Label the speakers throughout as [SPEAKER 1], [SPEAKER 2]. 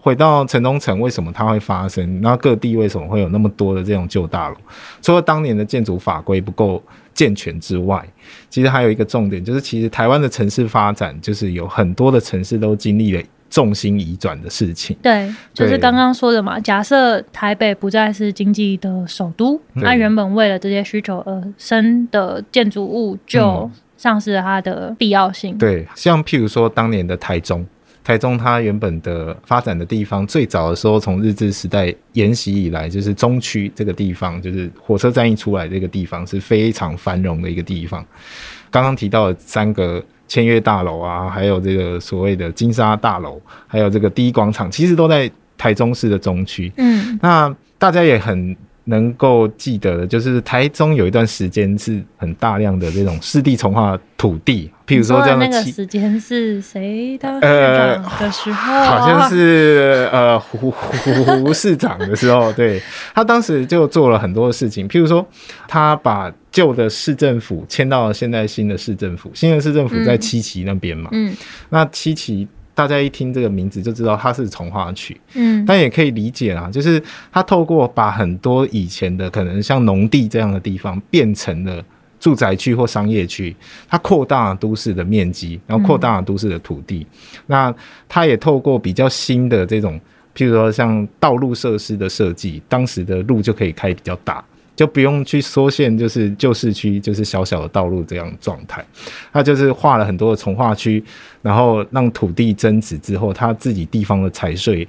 [SPEAKER 1] 回到城中城为什么它会发生，然后各地为什么会有那么多的这种旧大楼，除了当年的建筑法规不够健全之外，其实还有一个重点就是，其实台湾的城市发展就是有很多的城市都经历了重心移转的事情。
[SPEAKER 2] 对，就是
[SPEAKER 1] 对
[SPEAKER 2] 刚刚说的嘛。假设台北不再是经济的首都，
[SPEAKER 1] 对
[SPEAKER 2] 它原本为了这些需求而生的建筑物就丧失了它的必要性。
[SPEAKER 1] 嗯对，像譬如说当年的台中，台中它原本的发展的地方，最早的时候从日治时代沿袭以来，就是中区这个地方，就是火车站一出来这个地方是非常繁荣的一个地方。刚刚提到的三个签约大楼啊，还有这个所谓的金沙大楼，还有这个第一广场，其实都在台中市的中区。
[SPEAKER 2] 嗯，
[SPEAKER 1] 那大家也很能够记得的，就是台中有一段时间是很大量的这种湿地重化土地，譬如说这样
[SPEAKER 2] 你
[SPEAKER 1] 的
[SPEAKER 2] 的那个
[SPEAKER 1] 七
[SPEAKER 2] 时间是谁当市
[SPEAKER 1] 呃
[SPEAKER 2] 长的时候？
[SPEAKER 1] 好像是呃胡胡胡市长的时候，对他当时就做了很多的事情，譬如说他把旧的市政府迁到了现在新的市政府，新的市政府在
[SPEAKER 2] 嗯
[SPEAKER 1] 七期那边嘛，
[SPEAKER 2] 嗯
[SPEAKER 1] 那七期。大家一听这个名字就知道它是从化区，
[SPEAKER 2] 嗯
[SPEAKER 1] 但也可以理解啦，就是他透过把很多以前的可能像农地这样的地方变成了住宅区或商业区，它扩大了都市的面积，然后扩大了都市的土地。那它也透过比较新的这种，譬如说像道路设施的设计，当时的路就可以开比较大。就不用去缩限，就是旧市区就是小小的道路这样的状态，它就是画了很多的从化区，然后让土地增值之后，它自己地方的财税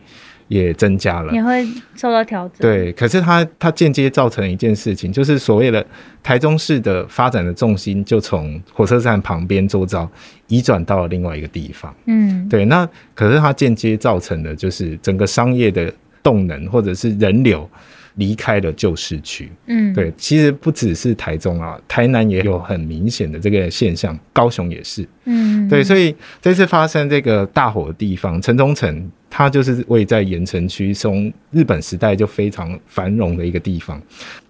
[SPEAKER 1] 也增加了，
[SPEAKER 2] 也会受到调整。，
[SPEAKER 1] 对，可是它它间接造成一件事情，就是所谓的台中市的发展的重心就从火车站旁边周遭移转到了另外一个地方。
[SPEAKER 2] 嗯，
[SPEAKER 1] 对，那可是它间接造成的就是整个商业的动能或者是人流离开了旧市区。
[SPEAKER 2] 嗯，
[SPEAKER 1] 对，其实不只是台中啊，台南也有很明显的这个现象，高雄也是。
[SPEAKER 2] 嗯，
[SPEAKER 1] 对，
[SPEAKER 2] 以
[SPEAKER 1] 所以这次发生这个大火的地方，城中城，它就是位在盐城区，从日本时代就非常繁荣的一个地方。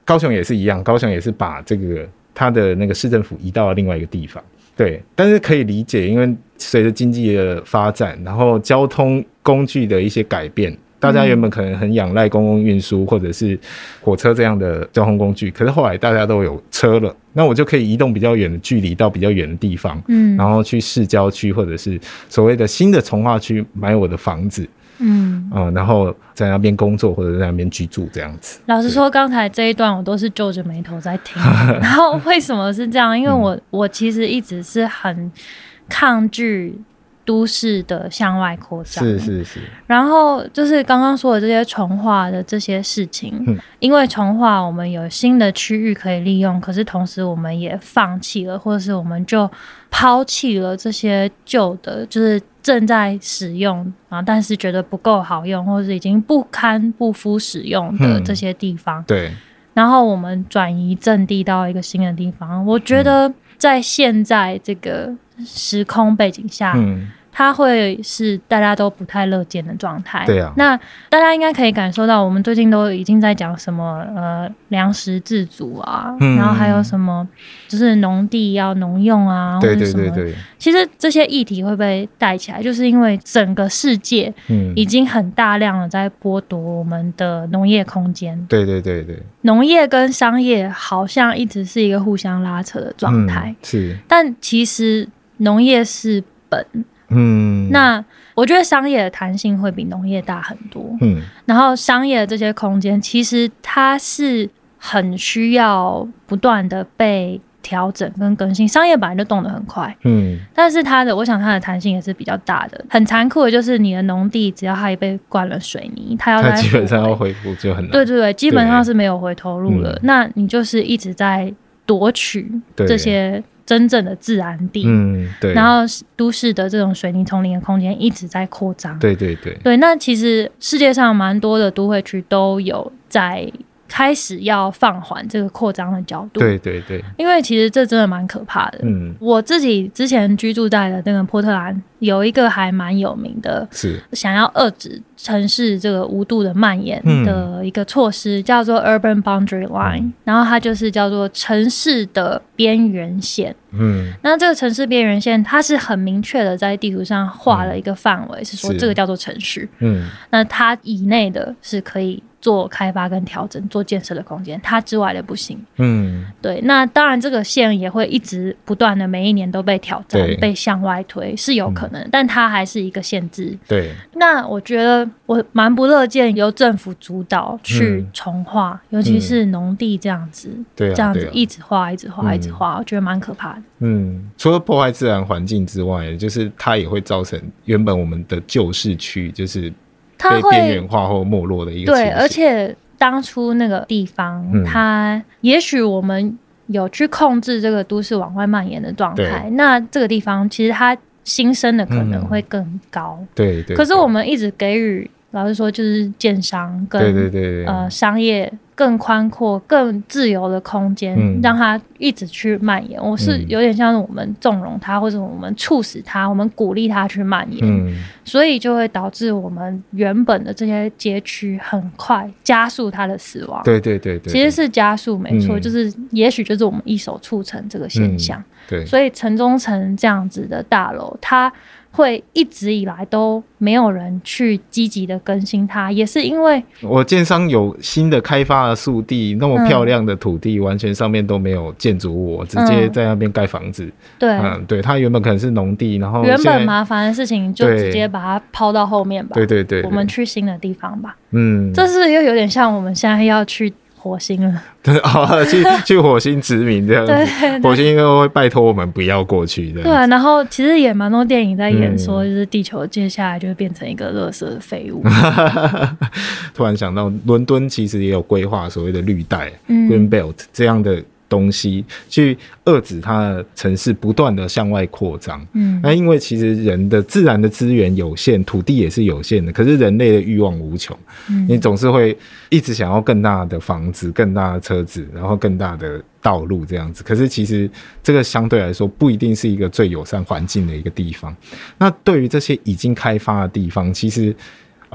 [SPEAKER 1] 高雄也是一样，高雄也是把这个它的那个市政府移到了另外一个地方。对，但是可以理解，因为随着经济的发展，然后交通工具的一些改变，大家原本可能很仰赖公共运输或者是火车这样的交通工具，可是后来大家都有车了，那我就可以移动比较远的距离到比较远的地方，
[SPEAKER 2] 嗯，
[SPEAKER 1] 然后去市郊区或者是所谓的新的从化区买我的房子，
[SPEAKER 2] 嗯。
[SPEAKER 1] 嗯、然后在那边工作或者在那边居住这样子。
[SPEAKER 2] 老实说，刚才这一段我都是皱着眉头在 听。然后为什么是这样？因为我、
[SPEAKER 1] 嗯
[SPEAKER 2] 我其实一直是很抗拒都市的向外扩张。
[SPEAKER 1] 是。是是，
[SPEAKER 2] 然后就是刚刚说的这些重化的这些事情，
[SPEAKER 1] 嗯
[SPEAKER 2] 因为重化我们有新的区域可以利用，可是同时我们也放弃了，或者是我们就抛弃了这些旧的，就是正在使用啊，但是觉得不够好用，或者是已经不堪不敷使用的
[SPEAKER 1] 嗯
[SPEAKER 2] 这些地方。
[SPEAKER 1] 对，
[SPEAKER 2] 然后我们转移阵地到一个新的地方。我觉得
[SPEAKER 1] 嗯
[SPEAKER 2] 在现在这个时空背景下，
[SPEAKER 1] 嗯，
[SPEAKER 2] 它会是大家都不太乐见的状态。
[SPEAKER 1] 对啊
[SPEAKER 2] 那大家应该可以感受到，我们最近都已经在讲什么呃粮食自足啊，
[SPEAKER 1] 嗯
[SPEAKER 2] 然后还有什么就是农地要农用啊，
[SPEAKER 1] 对
[SPEAKER 2] 或者
[SPEAKER 1] 对
[SPEAKER 2] 什么
[SPEAKER 1] 对。对，
[SPEAKER 2] 其实这些议题会被带起来，就是因为整个世界
[SPEAKER 1] 嗯，
[SPEAKER 2] 已经很大量的在剥夺我们的农业空间。
[SPEAKER 1] 对对对对，
[SPEAKER 2] 农业跟商业好像一直是一个互相拉扯的状态，
[SPEAKER 1] 嗯、是，
[SPEAKER 2] 但其实农业是本。
[SPEAKER 1] 嗯，
[SPEAKER 2] 那我觉得商业的弹性会比农业大很多，
[SPEAKER 1] 嗯
[SPEAKER 2] 然后商业的这些空间其实它是很需要不断的被调整跟更新。商业本来就动得很快，
[SPEAKER 1] 嗯
[SPEAKER 2] 但是它的，我想它的弹性也是比较大的。很残酷的就是你的农地，只要它一被灌了水泥，它要
[SPEAKER 1] 它
[SPEAKER 2] 再
[SPEAKER 1] 基本上
[SPEAKER 2] 复
[SPEAKER 1] 要恢
[SPEAKER 2] 回
[SPEAKER 1] 复就很难。
[SPEAKER 2] 对对对，基本上是没有回头路了
[SPEAKER 1] 嗯。
[SPEAKER 2] 那你就是一直在夺取
[SPEAKER 1] 对
[SPEAKER 2] 这些真正的自然地，
[SPEAKER 1] 嗯，对，
[SPEAKER 2] 然后都市的这种水泥丛林的空间一直在扩张。
[SPEAKER 1] 对对对，
[SPEAKER 2] 对那其实世界上蛮多的都会区都有在开始要放缓这个扩张的角度。
[SPEAKER 1] 对对对，
[SPEAKER 2] 因为其实这真的蛮可怕的。
[SPEAKER 1] 嗯，
[SPEAKER 2] 我自己之前居住在的那个波特兰有一个还蛮有名的，
[SPEAKER 1] 是，
[SPEAKER 2] 想要遏制城市这个无度的蔓延的一个措施，叫做 Urban Boundary Line，、然后它就是叫做城市的边缘线。
[SPEAKER 1] 嗯
[SPEAKER 2] 那这个城市边缘线，它是很明确的在地图上画了一个范围，是说
[SPEAKER 1] 是
[SPEAKER 2] 这个叫做城市。
[SPEAKER 1] 嗯
[SPEAKER 2] 那它以内的是可以做开发跟调整、做建设的空间，它之外的不行。
[SPEAKER 1] 嗯，
[SPEAKER 2] 对，那当然这个线也会一直不断的，每一年都被挑战
[SPEAKER 1] 对、
[SPEAKER 2] 被向外推是有可能，但它还是一个限制。
[SPEAKER 1] 对，
[SPEAKER 2] 那我觉得我蛮不乐见由政府主导去
[SPEAKER 1] 嗯
[SPEAKER 2] 重划，尤其是农地这样子，
[SPEAKER 1] 对啊
[SPEAKER 2] 这样
[SPEAKER 1] 对
[SPEAKER 2] 子
[SPEAKER 1] 啊
[SPEAKER 2] 一直画、一直画、
[SPEAKER 1] 嗯
[SPEAKER 2] 一直画，我觉得蛮可怕的。
[SPEAKER 1] 嗯，除了破坏自然环境之外，就是它也会造成原本我们的旧市区就是
[SPEAKER 2] 它
[SPEAKER 1] 被边缘
[SPEAKER 2] 会
[SPEAKER 1] 化或没落的一个
[SPEAKER 2] 对，
[SPEAKER 1] 情
[SPEAKER 2] 而
[SPEAKER 1] 形。
[SPEAKER 2] 且当初那个地方，
[SPEAKER 1] 嗯
[SPEAKER 2] 它也许我们有去控制这个都市往外蔓延的状态，
[SPEAKER 1] 对
[SPEAKER 2] 那这个地方其实它新生的可能
[SPEAKER 1] 嗯
[SPEAKER 2] 会更高。
[SPEAKER 1] 对对，
[SPEAKER 2] 可是我
[SPEAKER 1] 们
[SPEAKER 2] 们一直给予，老实说，就是建商跟
[SPEAKER 1] 对对对对
[SPEAKER 2] 呃商业更宽阔、更自由的空间，
[SPEAKER 1] 嗯
[SPEAKER 2] 让它一直去蔓延。我是
[SPEAKER 1] 嗯
[SPEAKER 2] 有点像是我们纵容它，或者我们促使它，我们鼓励它去蔓延，
[SPEAKER 1] 嗯
[SPEAKER 2] 所以就会导致我们原本的这些街区很快加速它的死亡。
[SPEAKER 1] 对对对对，
[SPEAKER 2] 其实是加速，没错，
[SPEAKER 1] 嗯
[SPEAKER 2] 就是也许就是我们一手促成这个现
[SPEAKER 1] 嗯
[SPEAKER 2] 象。
[SPEAKER 1] 对
[SPEAKER 2] 所以城中城这样子的大楼，它会一直以来都没有人去积极的更新它，也是因为
[SPEAKER 1] 我建商有新的开发的速地，那么漂亮的土地，完全上面都没有建筑物，我直接在那边盖房子。
[SPEAKER 2] 对、
[SPEAKER 1] 嗯，对，它原本可能是农地，然后
[SPEAKER 2] 原
[SPEAKER 1] 哦现
[SPEAKER 2] 本
[SPEAKER 1] 在，
[SPEAKER 2] 麻烦的事情就
[SPEAKER 1] 对
[SPEAKER 2] 直接把它抛到后面吧。
[SPEAKER 1] 对对对，对
[SPEAKER 2] 我们去新的地方吧。
[SPEAKER 1] 嗯，
[SPEAKER 2] 这是不是又有点像我们现在要去火星了？
[SPEAKER 1] 对哦，去去火星殖民这样
[SPEAKER 2] 对
[SPEAKER 1] 子，
[SPEAKER 2] 对
[SPEAKER 1] 火
[SPEAKER 2] 对。
[SPEAKER 1] 星都会拜托我们不要过去的。
[SPEAKER 2] 对啊，然后其实也蛮多电影在演说，
[SPEAKER 1] 嗯
[SPEAKER 2] 就是地球接下来就会变成一个垃圾废物。
[SPEAKER 1] 突然想到，伦敦其实也有规划所谓的绿带
[SPEAKER 2] 嗯
[SPEAKER 1] （Green Belt） 这样的东西，去遏制它的城市不断的向外扩张。
[SPEAKER 2] 嗯，
[SPEAKER 1] 那因为其实人的自然的资源有限，土地也是有限的，可是人类的欲望无穷，
[SPEAKER 2] 嗯
[SPEAKER 1] 你总是会一直想要更大的房子、更大的车子，然后更大的道路这样子。可是其实这个相对来说不一定是一个最友善环境的一个地方。那对于这些已经开发的地方，其实。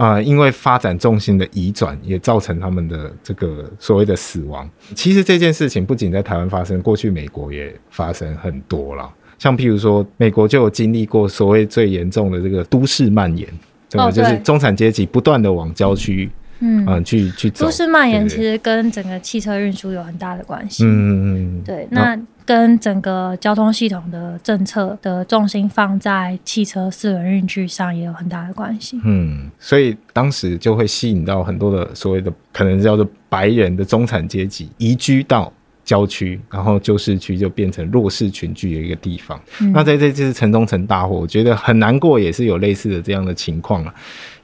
[SPEAKER 1] 呃，因为发展重心的移转，也造成他们的这个所谓的死亡。其实这件事情不仅在台湾发生，过去美国也发生很多啦。像譬如说，美国就有经历过所谓最严重的这个都市蔓延，真
[SPEAKER 2] 哦
[SPEAKER 1] 的就是
[SPEAKER 2] 对
[SPEAKER 1] 中产阶级不断的往郊区
[SPEAKER 2] 嗯
[SPEAKER 1] 嗯，去去走。
[SPEAKER 2] 都市蔓延
[SPEAKER 1] 对
[SPEAKER 2] 其实跟整个汽车运输有很大的关系。
[SPEAKER 1] 嗯嗯嗯，
[SPEAKER 2] 对，
[SPEAKER 1] 那
[SPEAKER 2] 那跟整个交通系统的政策的重心放在汽车四轮运具上也有很大的关系。
[SPEAKER 1] 嗯，所以当时就会吸引到很多的所谓的可能叫做白人的中产阶级移居到。郊区，然后旧市区就变成弱势群聚的一个地方。
[SPEAKER 2] 嗯
[SPEAKER 1] 那在这次城中城大火，我觉得很难过，也是有类似的这样的情况了、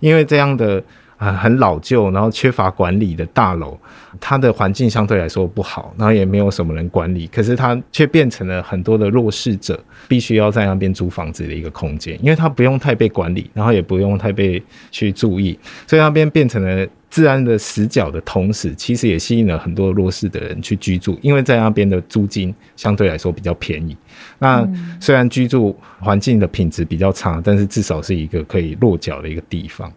[SPEAKER 1] 因为这样的啊、呃很老旧，然后缺乏管理的大楼，它的环境相对来说不好，然后也没有什么人管理，可是它却变成了很多的弱势者必须要在那边租房子的一个空间，因为它不用太被管理，然后也不用太被去注意，所以那边变成了。治安的死角的同时，其实也吸引了很多弱势的人去居住，因为在那边的租金相对来说比较便宜。那虽然居住环境的品质比较差，但是至少是一个可以落脚的一个地方。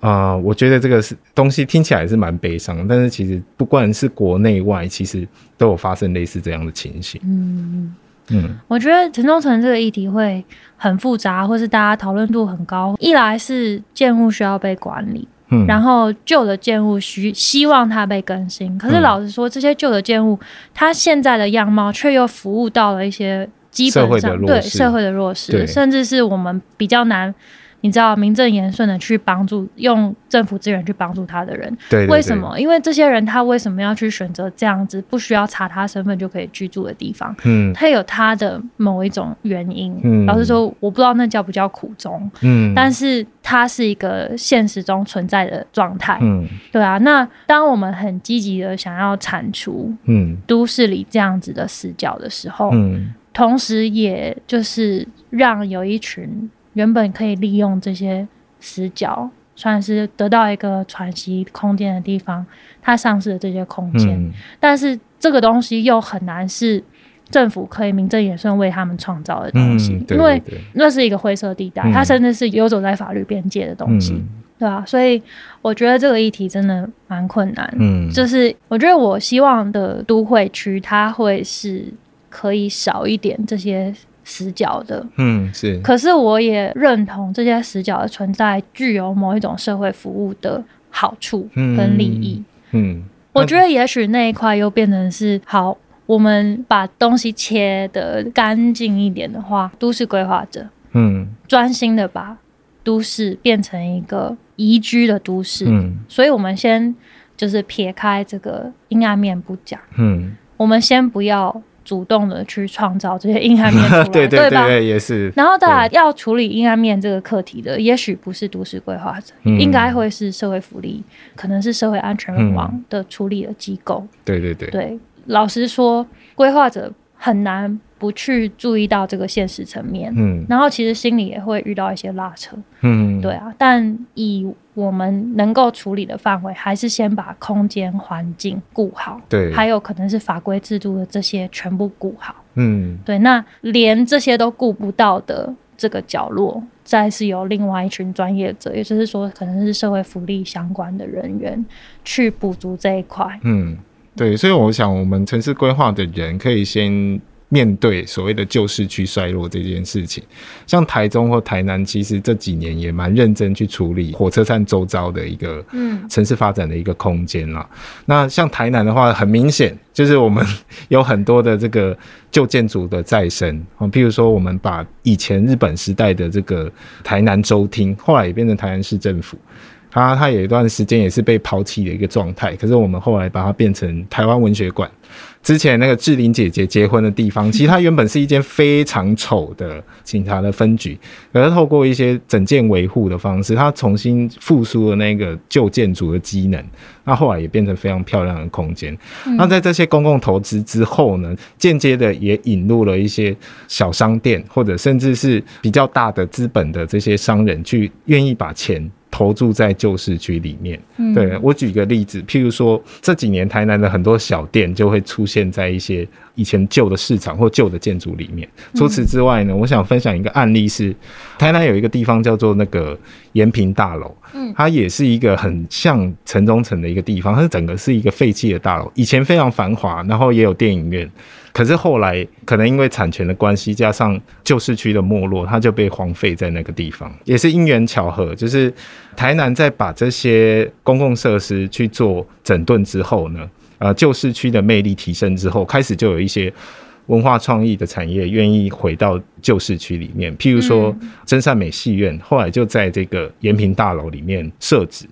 [SPEAKER 1] 啊、我觉得这个是东西听起来是蛮悲伤，但是其实不管是国内外，其实都有发生类似这样的情形。
[SPEAKER 2] 嗯，
[SPEAKER 1] 嗯
[SPEAKER 2] 我觉得城中城这个议题会很复杂，或是大家讨论度很高。一来是建物需要被管理，
[SPEAKER 1] 嗯，
[SPEAKER 2] 然后旧的建物需希望它被更新。可是
[SPEAKER 1] 嗯
[SPEAKER 2] 老实说，这些旧的建物它现在的样貌却又服务到了一些基
[SPEAKER 1] 社
[SPEAKER 2] 本
[SPEAKER 1] 会的
[SPEAKER 2] 上
[SPEAKER 1] 弱
[SPEAKER 2] 对
[SPEAKER 1] 势
[SPEAKER 2] 社会的弱势，
[SPEAKER 1] 对
[SPEAKER 2] 甚至是我们比较难。你知道名正言顺的去帮助用政府资源去帮助他的人，
[SPEAKER 1] 对对对
[SPEAKER 2] 为什？么？因为这些人他为什么要去选择这样子不需要查他身份就可以居住的地方？
[SPEAKER 1] 嗯
[SPEAKER 2] 他有他的某一种原因。
[SPEAKER 1] 嗯
[SPEAKER 2] 老实说，我不知道那叫不叫苦衷，
[SPEAKER 1] 嗯，
[SPEAKER 2] 但
[SPEAKER 1] 是
[SPEAKER 2] 是它是一个现实中存在的状态，
[SPEAKER 1] 嗯
[SPEAKER 2] 对啊。那当我们很积极的想要铲除
[SPEAKER 1] 嗯
[SPEAKER 2] 都市里这样子的死角的时候，
[SPEAKER 1] 嗯
[SPEAKER 2] 同时也就是让有一群原本可以利用这些死角算是得到一个喘息空间的地方，它丧失了这些空间。
[SPEAKER 1] 嗯，
[SPEAKER 2] 但是这个东西又很难是政府可以名正言顺为他们创造的东西，
[SPEAKER 1] 嗯对
[SPEAKER 2] 因为
[SPEAKER 1] 对对
[SPEAKER 2] 那是一个灰色地带，
[SPEAKER 1] 嗯
[SPEAKER 2] 它甚至是游走在法律边界的东西，对吧、所以我觉得这个议题真的蛮困难。
[SPEAKER 1] 嗯，嗯
[SPEAKER 2] 就是我觉得我希望的都会区，它会是可以少一点这些死角的。
[SPEAKER 1] 嗯是，
[SPEAKER 2] 可是我也认同这些死角的存在具有某一种社会服务的好处跟利益。
[SPEAKER 1] 嗯
[SPEAKER 2] 我觉得也许那一块又变成是好，我们把东西切的干净一点的话，都市规划者
[SPEAKER 1] 嗯
[SPEAKER 2] 专心的把都市变成一个宜居的都市。
[SPEAKER 1] 嗯
[SPEAKER 2] 所以我们先就是撇开这个阴暗面不讲，
[SPEAKER 1] 嗯，
[SPEAKER 2] 我们先不要主动的去创造这些阴暗面出来，
[SPEAKER 1] 对对
[SPEAKER 2] 吧？
[SPEAKER 1] 对，也是，
[SPEAKER 2] 然后再来要处理阴暗面这个课题的，也许不是都市规划者，
[SPEAKER 1] 嗯
[SPEAKER 2] 应该会是社会福利，可能是社会安全网
[SPEAKER 1] 嗯
[SPEAKER 2] 的处理的机构。
[SPEAKER 1] 对对对，
[SPEAKER 2] 对，老实说，规划者很难不去注意到这个现实层面，
[SPEAKER 1] 嗯
[SPEAKER 2] 然后其实心里也会遇到一些拉扯。
[SPEAKER 1] 嗯，
[SPEAKER 2] 对啊，但以我们能够处理的范围，还是先把空间环境顾好，
[SPEAKER 1] 对
[SPEAKER 2] 还有可能是法规制度的这些全部顾好。
[SPEAKER 1] 嗯
[SPEAKER 2] 对，那连这些都顾不到的这个角落，再是由另外一群专业者，也就是说，可能是社会福利相关的人员去补足这一块。
[SPEAKER 1] 嗯，对，所以我想，我们城市规划的人可以先面对所谓的旧市区衰落这件事情。像台中或台南，其实这几年也蛮认真去处理火车站周遭的一个
[SPEAKER 2] 嗯
[SPEAKER 1] 城市发展的一个空间啦。那像台南的话，很明显就是我们 有很多的这个旧建筑的再生啊，譬如说我们把以前日本时代的这个台南州厅，后来也变成台南市政府。它它有一段时间也是被抛弃的一个状态，可是我们后来把它变成台湾文学馆。之前那个志玲姐姐结婚的地方，其实它原本是一间非常丑的警察的分局，可是透过一些整建维护的方式，它重新复苏了那个旧建筑的机能，那后来也变成非常漂亮的空间。那在这些公共投资之后呢，间接的也引入了一些小商店，或者甚至是比较大的资本的这些商人去愿意把钱投注在旧市区里面。
[SPEAKER 2] 嗯
[SPEAKER 1] 对我举个例子，譬如说这几年台南的很多小店就会出现在一些以前旧的市场或旧的建筑里面。除此之外呢，我想分享一个案例是，台南有一个地方叫做那个延平大楼，
[SPEAKER 2] 嗯
[SPEAKER 1] 它也是一个很像城中城的一个地方，它整个是一个废弃的大楼，以前非常繁华，然后也有电影院。可是后来可能因为产权的关系，加上旧市区的没落，它就被荒废在那个地方。也是因缘巧合，就是台南在把这些公共设施去做整顿之后呢，呃，旧市区的魅力提升之后，开始就有一些。文化创意的产业愿意回到旧市区里面，譬如说真善美戏院，后来就在这个延平大楼里面设置，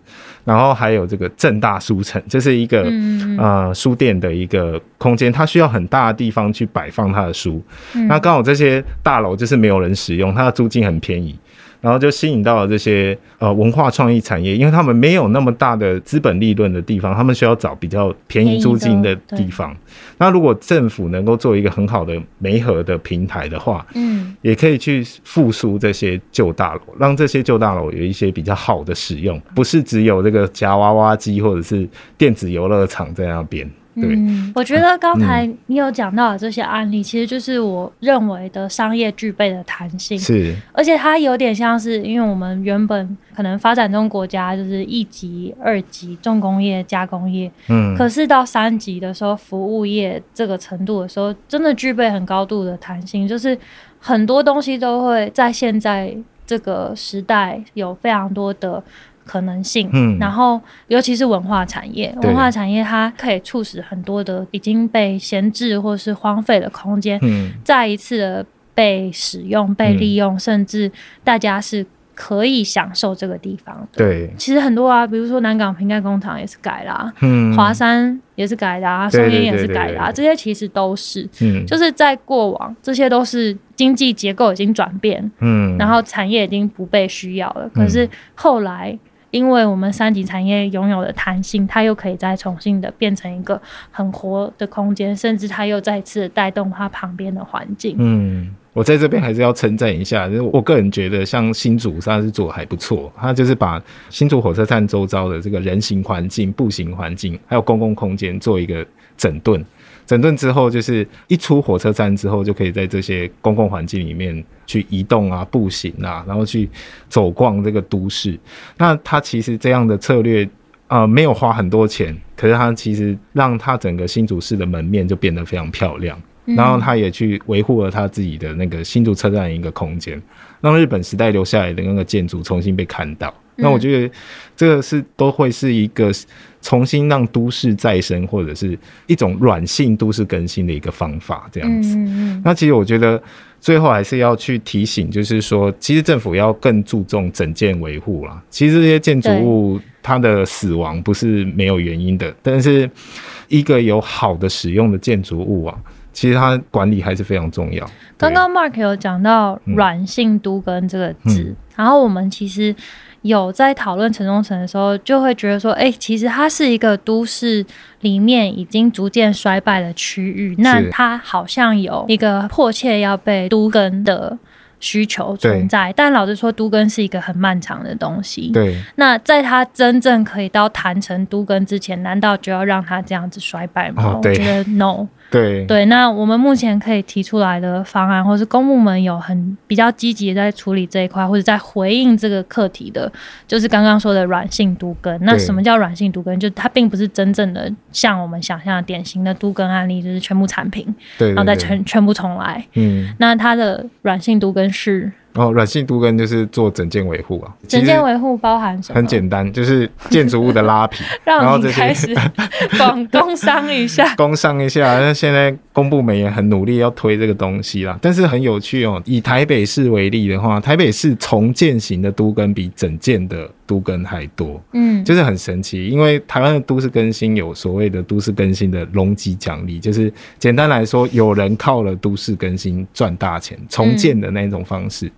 [SPEAKER 1] 然后还有这个正大书城，这是一个、
[SPEAKER 2] 嗯
[SPEAKER 1] 呃书店的一个空间，它需要很大的地方去摆放它的书。
[SPEAKER 2] 嗯
[SPEAKER 1] 那刚好这些大楼就是没有人使用，它的租金很便宜，然后就吸引到了这些呃文化创意产业，因为他们没有那么大的资本利润的地方，他们需要找比较便宜租金的
[SPEAKER 2] 便宜的
[SPEAKER 1] 地方。那如果政府能够做一个很好的媒合的平台的话，
[SPEAKER 2] 嗯
[SPEAKER 1] 也可以去复苏这些旧大楼，让这些旧大楼有一些比较好的使用，不是只有这个夹娃娃机或者是电子游乐场在那边。对，
[SPEAKER 2] 嗯，我觉得刚才你有讲到的这些案例，其实就是我认为的商业具备的弹性，
[SPEAKER 1] 是，
[SPEAKER 2] 而且它有点像是，因为我们原本可能发展中国家就是一级、二级重工业、加工业，
[SPEAKER 1] 嗯，
[SPEAKER 2] 可是到三级的时候，服务业这个程度的时候，真的具备很高度的弹性，就是很多东西都会在现在这个时代有非常多的可能性。
[SPEAKER 1] 嗯
[SPEAKER 2] 然后尤其是文化产业，
[SPEAKER 1] 对
[SPEAKER 2] 文化产业它可以促使很多的已经被闲置或是荒废的空间，
[SPEAKER 1] 嗯，
[SPEAKER 2] 再一次的被使用、被利用，甚至大家是可以享受这个地方的。
[SPEAKER 1] 对，
[SPEAKER 2] 其实很多啊，比如说南港瓶盖工厂也是改啦、
[SPEAKER 1] 嗯，
[SPEAKER 2] 华山也是改的啊，松
[SPEAKER 1] 对
[SPEAKER 2] 烟
[SPEAKER 1] 对
[SPEAKER 2] 也
[SPEAKER 1] 对
[SPEAKER 2] 是
[SPEAKER 1] 对
[SPEAKER 2] 改的啊，
[SPEAKER 1] 对
[SPEAKER 2] 这些其实都是，
[SPEAKER 1] 嗯，
[SPEAKER 2] 就是在过往，这些都是经济结构已经转变，
[SPEAKER 1] 嗯，
[SPEAKER 2] 然后产业已经不被需要了，可是后来。因为我们三级产业拥有的弹性，它又可以再重新的变成一个很活的空间，甚至它又再次地带动它旁边的环境。
[SPEAKER 1] 嗯，我在这边还是要称赞一下，就是我个人觉得像新竹它是做的还不错，它就是把新竹火车站周遭的这个人行环境、步行环境，还有公共空间做一个整顿。整顿之后，就是一出火车站之后，就可以在这些公共环境里面去移动啊、步行啊，然后去走逛这个都市。那它其实这样的策略，呃，没有花很多钱，可是它其实让它整个新竹市的门面就变得非常漂亮。
[SPEAKER 2] 嗯
[SPEAKER 1] 嗯然后他也去维护了他自己的那个新竹车站的一个空间，让日本时代留下来的那个建筑重新被看到。那我觉得这个是都会是一个重新让都市再生，或者是一种软性都市更新的一个方法，这样子。
[SPEAKER 2] 嗯嗯
[SPEAKER 1] 那其实我觉得最后还是要去提醒，就是说，其实政府要更注重整建维护啦。其实这些建筑物它的死亡不是没有原因的，但是一个有好的使用的建筑物啊，其实它管理还是非常重要。
[SPEAKER 2] 嗯。刚刚 Mark 有讲到软性都跟这个字，
[SPEAKER 1] 嗯
[SPEAKER 2] 然后我们其实有在讨论城中城的时候，就会觉得说，哎、其实它是一个都市里面已经逐渐衰败的区域，那它好像有一个迫切要被都跟的需求存在，但老实说，都跟是一个很漫长的东西。
[SPEAKER 1] 对
[SPEAKER 2] 那在它真正可以到谈成都跟之前，难道就要让它这样子衰败吗？
[SPEAKER 1] 哦
[SPEAKER 2] 我
[SPEAKER 1] 对
[SPEAKER 2] 觉得 no。
[SPEAKER 1] 对对
[SPEAKER 2] 对，那我们目前可以提出来的方案，或是公部门有很比较积极地在处理这一块，或者在回应这个课题的，就是刚刚说的软性都根。那
[SPEAKER 1] 对
[SPEAKER 2] 什么叫软性都根？就它并不是真正的像我们想象的典型的都根案例，就是全部铲平，
[SPEAKER 1] 对，
[SPEAKER 2] 然后再
[SPEAKER 1] 对
[SPEAKER 2] 全全部重来。
[SPEAKER 1] 嗯，
[SPEAKER 2] 那它的软性都根是
[SPEAKER 1] 然后软性都跟就是做整建维护啊，
[SPEAKER 2] 整
[SPEAKER 1] 其实
[SPEAKER 2] 件维护包含什么？
[SPEAKER 1] 很简单，就是建筑物的拉皮，然后
[SPEAKER 2] 让
[SPEAKER 1] 这
[SPEAKER 2] 你
[SPEAKER 1] 些
[SPEAKER 2] 开始 广工商一 下。
[SPEAKER 1] 工商一下，那现在公部门也很努力要推这个东西啦。但是很有趣哦，以台北市为例的话，台北市重建型的都更比整建的都更还多，
[SPEAKER 2] 嗯，
[SPEAKER 1] 就是很神奇。因为台湾的都市更新有所谓的都市更新的容积奖励，就是简单来说，有人靠了都市更新赚大钱，重建的那种方式。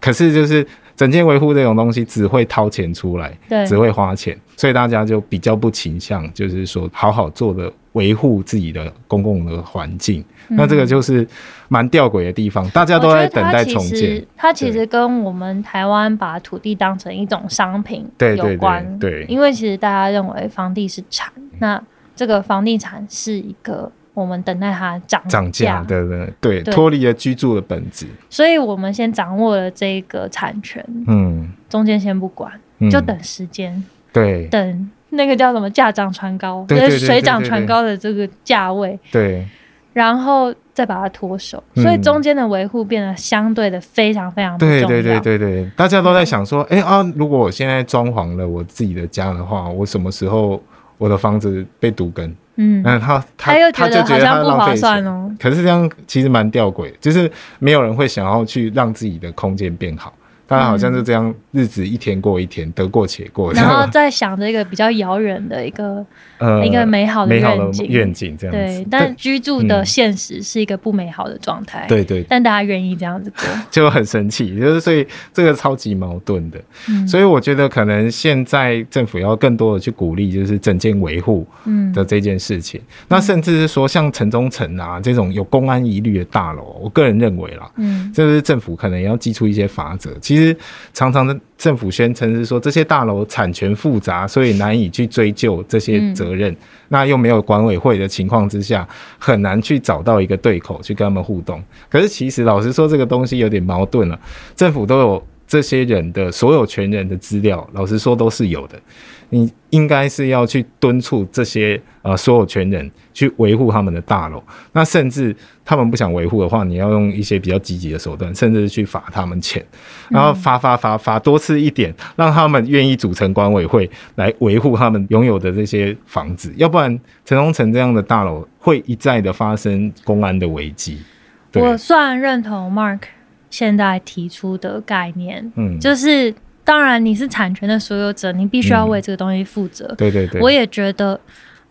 [SPEAKER 1] 可是就是整建维护这种东西，只会掏钱出来，
[SPEAKER 2] 对
[SPEAKER 1] 只会花钱，所以大家就比较不倾向，就是说好好做的维护自己的公共的环境。
[SPEAKER 2] 嗯
[SPEAKER 1] 那这个就是蛮吊诡的地方，大家
[SPEAKER 2] 我觉
[SPEAKER 1] 都在
[SPEAKER 2] 得
[SPEAKER 1] 等
[SPEAKER 2] 它
[SPEAKER 1] 待
[SPEAKER 2] 其
[SPEAKER 1] 重建
[SPEAKER 2] 实。它其
[SPEAKER 1] 对
[SPEAKER 2] 实跟我们台湾把土地当成一种商品
[SPEAKER 1] 对对
[SPEAKER 2] 有
[SPEAKER 1] 对
[SPEAKER 2] 关，
[SPEAKER 1] 对嗯
[SPEAKER 2] 因为其实大家认为房地是产，那这个房地产是一个我们等待它涨
[SPEAKER 1] 涨价，对对对，
[SPEAKER 2] 对
[SPEAKER 1] 脱离了居住的本质。
[SPEAKER 2] 所以我们先掌握了这个产权，
[SPEAKER 1] 嗯，
[SPEAKER 2] 中间先不管，
[SPEAKER 1] 嗯
[SPEAKER 2] 就等时间，
[SPEAKER 1] 对
[SPEAKER 2] 等那个叫什么价涨船高，
[SPEAKER 1] 对对对
[SPEAKER 2] 就是水涨
[SPEAKER 1] 对对对
[SPEAKER 2] 船高的这个价位，
[SPEAKER 1] 对
[SPEAKER 2] 然后再把它脱手，
[SPEAKER 1] 嗯
[SPEAKER 2] 所以中间的维护变得相对的非常非常不重
[SPEAKER 1] 对
[SPEAKER 2] 要。
[SPEAKER 1] 对对对对，大家都在想说，哎啊，如果我现在装潢了我自己的家的话，我什么时候我的房子被毒根？
[SPEAKER 2] 嗯，
[SPEAKER 1] 那他他
[SPEAKER 2] 他又觉
[SPEAKER 1] 他
[SPEAKER 2] 得
[SPEAKER 1] 就
[SPEAKER 2] 好
[SPEAKER 1] 觉得
[SPEAKER 2] 像
[SPEAKER 1] 他
[SPEAKER 2] 不
[SPEAKER 1] 浪
[SPEAKER 2] 划
[SPEAKER 1] 费
[SPEAKER 2] 算
[SPEAKER 1] 钱。
[SPEAKER 2] 哦。
[SPEAKER 1] 可是这样其实蛮吊诡的，就是没有人会想要去让自己的空间变好，大家好像就这样日子一天过一天，得过且过，
[SPEAKER 2] 然后
[SPEAKER 1] 这样
[SPEAKER 2] 再想着一个比较遥远的一个
[SPEAKER 1] 呃
[SPEAKER 2] 一个美好的
[SPEAKER 1] 美好
[SPEAKER 2] 愿
[SPEAKER 1] 的
[SPEAKER 2] 景，
[SPEAKER 1] 愿景 这样子嗯
[SPEAKER 2] 对，。但居住的现实是一个不美好的状态。，
[SPEAKER 1] 对对，对
[SPEAKER 2] 但大家愿意这样子 过，
[SPEAKER 1] 就很神奇，就是所以这个超级矛盾的。
[SPEAKER 2] 嗯
[SPEAKER 1] 所以我觉得可能现在政府要更多的去鼓励，就是整建维护
[SPEAKER 2] 嗯
[SPEAKER 1] 的这件事情。那甚至是说像城中城啊这种有公安疑虑的大楼，我个人认为啦，
[SPEAKER 2] 嗯
[SPEAKER 1] 这是政府可能也要寄出一些法则。其实常常的政府宣称是说这些大楼产权复杂，所以难以去追究这些责任。那又没有管委会的情况之下，很难去找到一个对口去跟他们互动。可是其实老实说，这个东西有点矛盾了。政府都有这些人的所有权人的资料，老实说都是有的。你应该是要去敦促这些呃所有权人去维护他们的大楼，那甚至他们不想维护的话，你要用一些比较积极的手段，甚至是去罚他们钱，然后罚罚罚罚多次一点，让他们愿意组成管委会来维护他们拥有的这些房子，要不然城中城这样的大楼会一再的发生公安的危机。对，
[SPEAKER 2] 我虽然认同 Mark 现在提出的概念，
[SPEAKER 1] 嗯，
[SPEAKER 2] 就是当然你是产权的所有者，你必须要为这个东西负责。
[SPEAKER 1] 对嗯对对，
[SPEAKER 2] 我也觉得，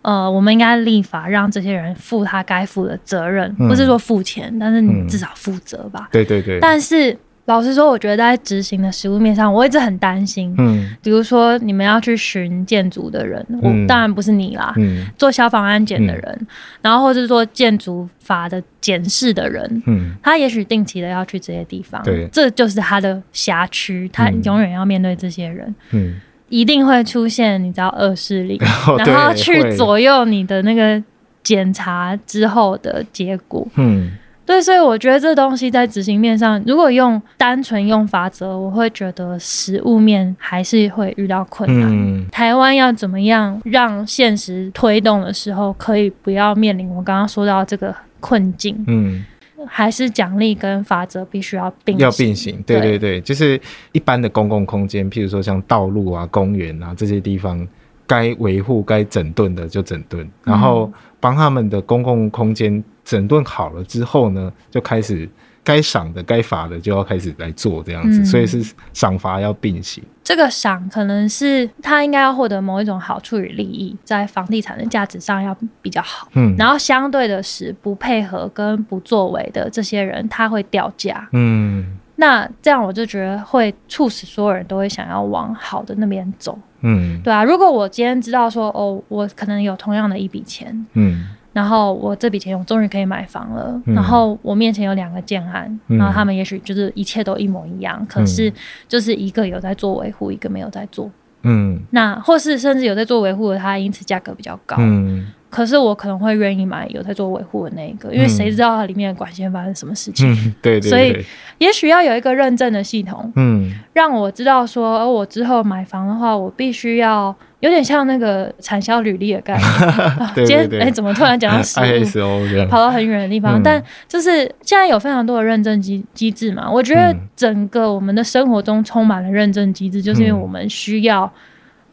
[SPEAKER 2] 呃，我们应该立法让这些人负他该负的责任，
[SPEAKER 1] 嗯
[SPEAKER 2] 不是说付钱，但是你
[SPEAKER 1] 嗯
[SPEAKER 2] 至少负责吧。
[SPEAKER 1] 对对对，
[SPEAKER 2] 但是老实说，我觉得在执行的实物面上，我一直很担心。
[SPEAKER 1] 嗯
[SPEAKER 2] 比如说，你们要去巡建筑的人，我
[SPEAKER 1] 嗯
[SPEAKER 2] 当然不是你啦，
[SPEAKER 1] 嗯
[SPEAKER 2] 做消防安检的人，然后或是做建筑法的检视的人，
[SPEAKER 1] 嗯
[SPEAKER 2] 他也许定期的要去这些地方，
[SPEAKER 1] 对
[SPEAKER 2] 这就是他的辖区，他
[SPEAKER 1] 嗯
[SPEAKER 2] 永远要面对这些人，
[SPEAKER 1] 嗯，
[SPEAKER 2] 一定会出现你知道恶势力，
[SPEAKER 1] 哦对
[SPEAKER 2] 然后去
[SPEAKER 1] 会
[SPEAKER 2] 左右你的那个检查之后的结果。
[SPEAKER 1] 嗯
[SPEAKER 2] 对，所以我觉得这东西在执行面上，如果用单纯用法则，我会觉得实物面还是会遇到困难。
[SPEAKER 1] 嗯
[SPEAKER 2] 台湾要怎么样让现实推动的时候，可以不要面临我刚刚说到这个困境，
[SPEAKER 1] 嗯，
[SPEAKER 2] 还是奖励跟法则必须要并
[SPEAKER 1] 要
[SPEAKER 2] 行
[SPEAKER 1] 并行，对
[SPEAKER 2] 对
[SPEAKER 1] 对对，就是一般的公共空间，譬如说像道路啊、公园啊这些地方，该维护、该整顿的就整顿，
[SPEAKER 2] 嗯
[SPEAKER 1] 然后帮他们的公共空间整顿好了之后呢，就开始该赏的、该罚的就要开始来做这样子，
[SPEAKER 2] 嗯
[SPEAKER 1] 所以是赏罚要并行。
[SPEAKER 2] 这个赏可能是他应该要获得某一种好处与利益，在房地产的价值上要比较好。
[SPEAKER 1] 嗯，
[SPEAKER 2] 然后相对的是，不配合跟不作为的这些人，他会掉价。
[SPEAKER 1] 嗯
[SPEAKER 2] 那这样我就觉得会促使所有人都会想要往好的那边走，
[SPEAKER 1] 嗯
[SPEAKER 2] 对啊。如果我今天知道说，哦，我可能有同样的一笔钱，
[SPEAKER 1] 嗯
[SPEAKER 2] 然后我这笔钱我终于可以买房了，
[SPEAKER 1] 嗯
[SPEAKER 2] 然后我面前有两个建案，
[SPEAKER 1] 嗯
[SPEAKER 2] 然后他们也许就是一切都一模一样，可是就是一个有在做维护，一个没有在做。
[SPEAKER 1] 嗯
[SPEAKER 2] 那或是甚至有在做维护的，它因此价格比较高。
[SPEAKER 1] 嗯
[SPEAKER 2] 可是我可能会愿意买有在做维护的那一个，因为
[SPEAKER 1] 嗯
[SPEAKER 2] 谁知道它里面的管线发生什么事情？
[SPEAKER 1] 嗯，对对
[SPEAKER 2] 所以
[SPEAKER 1] 对，
[SPEAKER 2] 也许要有一个认证的系统，
[SPEAKER 1] 嗯
[SPEAKER 2] 让我知道说，呃，我之后买房的话，我必须要有点像那个产销履历的 概念。啊
[SPEAKER 1] 对
[SPEAKER 2] 今
[SPEAKER 1] 对
[SPEAKER 2] 天
[SPEAKER 1] 对，
[SPEAKER 2] 哎、怎么突 然讲到食物？
[SPEAKER 1] ISO 这样，
[SPEAKER 2] 跑到很远的地方，
[SPEAKER 1] 嗯
[SPEAKER 2] 但就是现在有非常多的认证机机制嘛，我觉得
[SPEAKER 1] 嗯
[SPEAKER 2] 整个我们的生活中充满了认证机制，就是因为
[SPEAKER 1] 嗯
[SPEAKER 2] 我们需要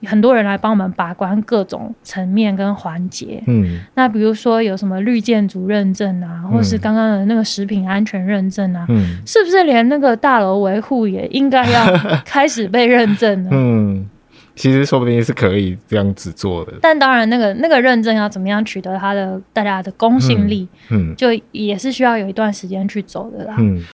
[SPEAKER 2] 很多人来帮我们把关各种层面跟环节。
[SPEAKER 1] 嗯
[SPEAKER 2] 那比如说有什么绿建筑认证啊，或是刚刚的那个食品安全认证啊，
[SPEAKER 1] 嗯
[SPEAKER 2] 是不是连那个大楼维护也应该 要开始被认证呢？
[SPEAKER 1] 嗯，其实说不定是可以这样子做的，
[SPEAKER 2] 但当然，那个那个认证要怎么样取得它的大家的公信力，
[SPEAKER 1] 嗯
[SPEAKER 2] 就也是需要有一段时间去走的啦。
[SPEAKER 1] 嗯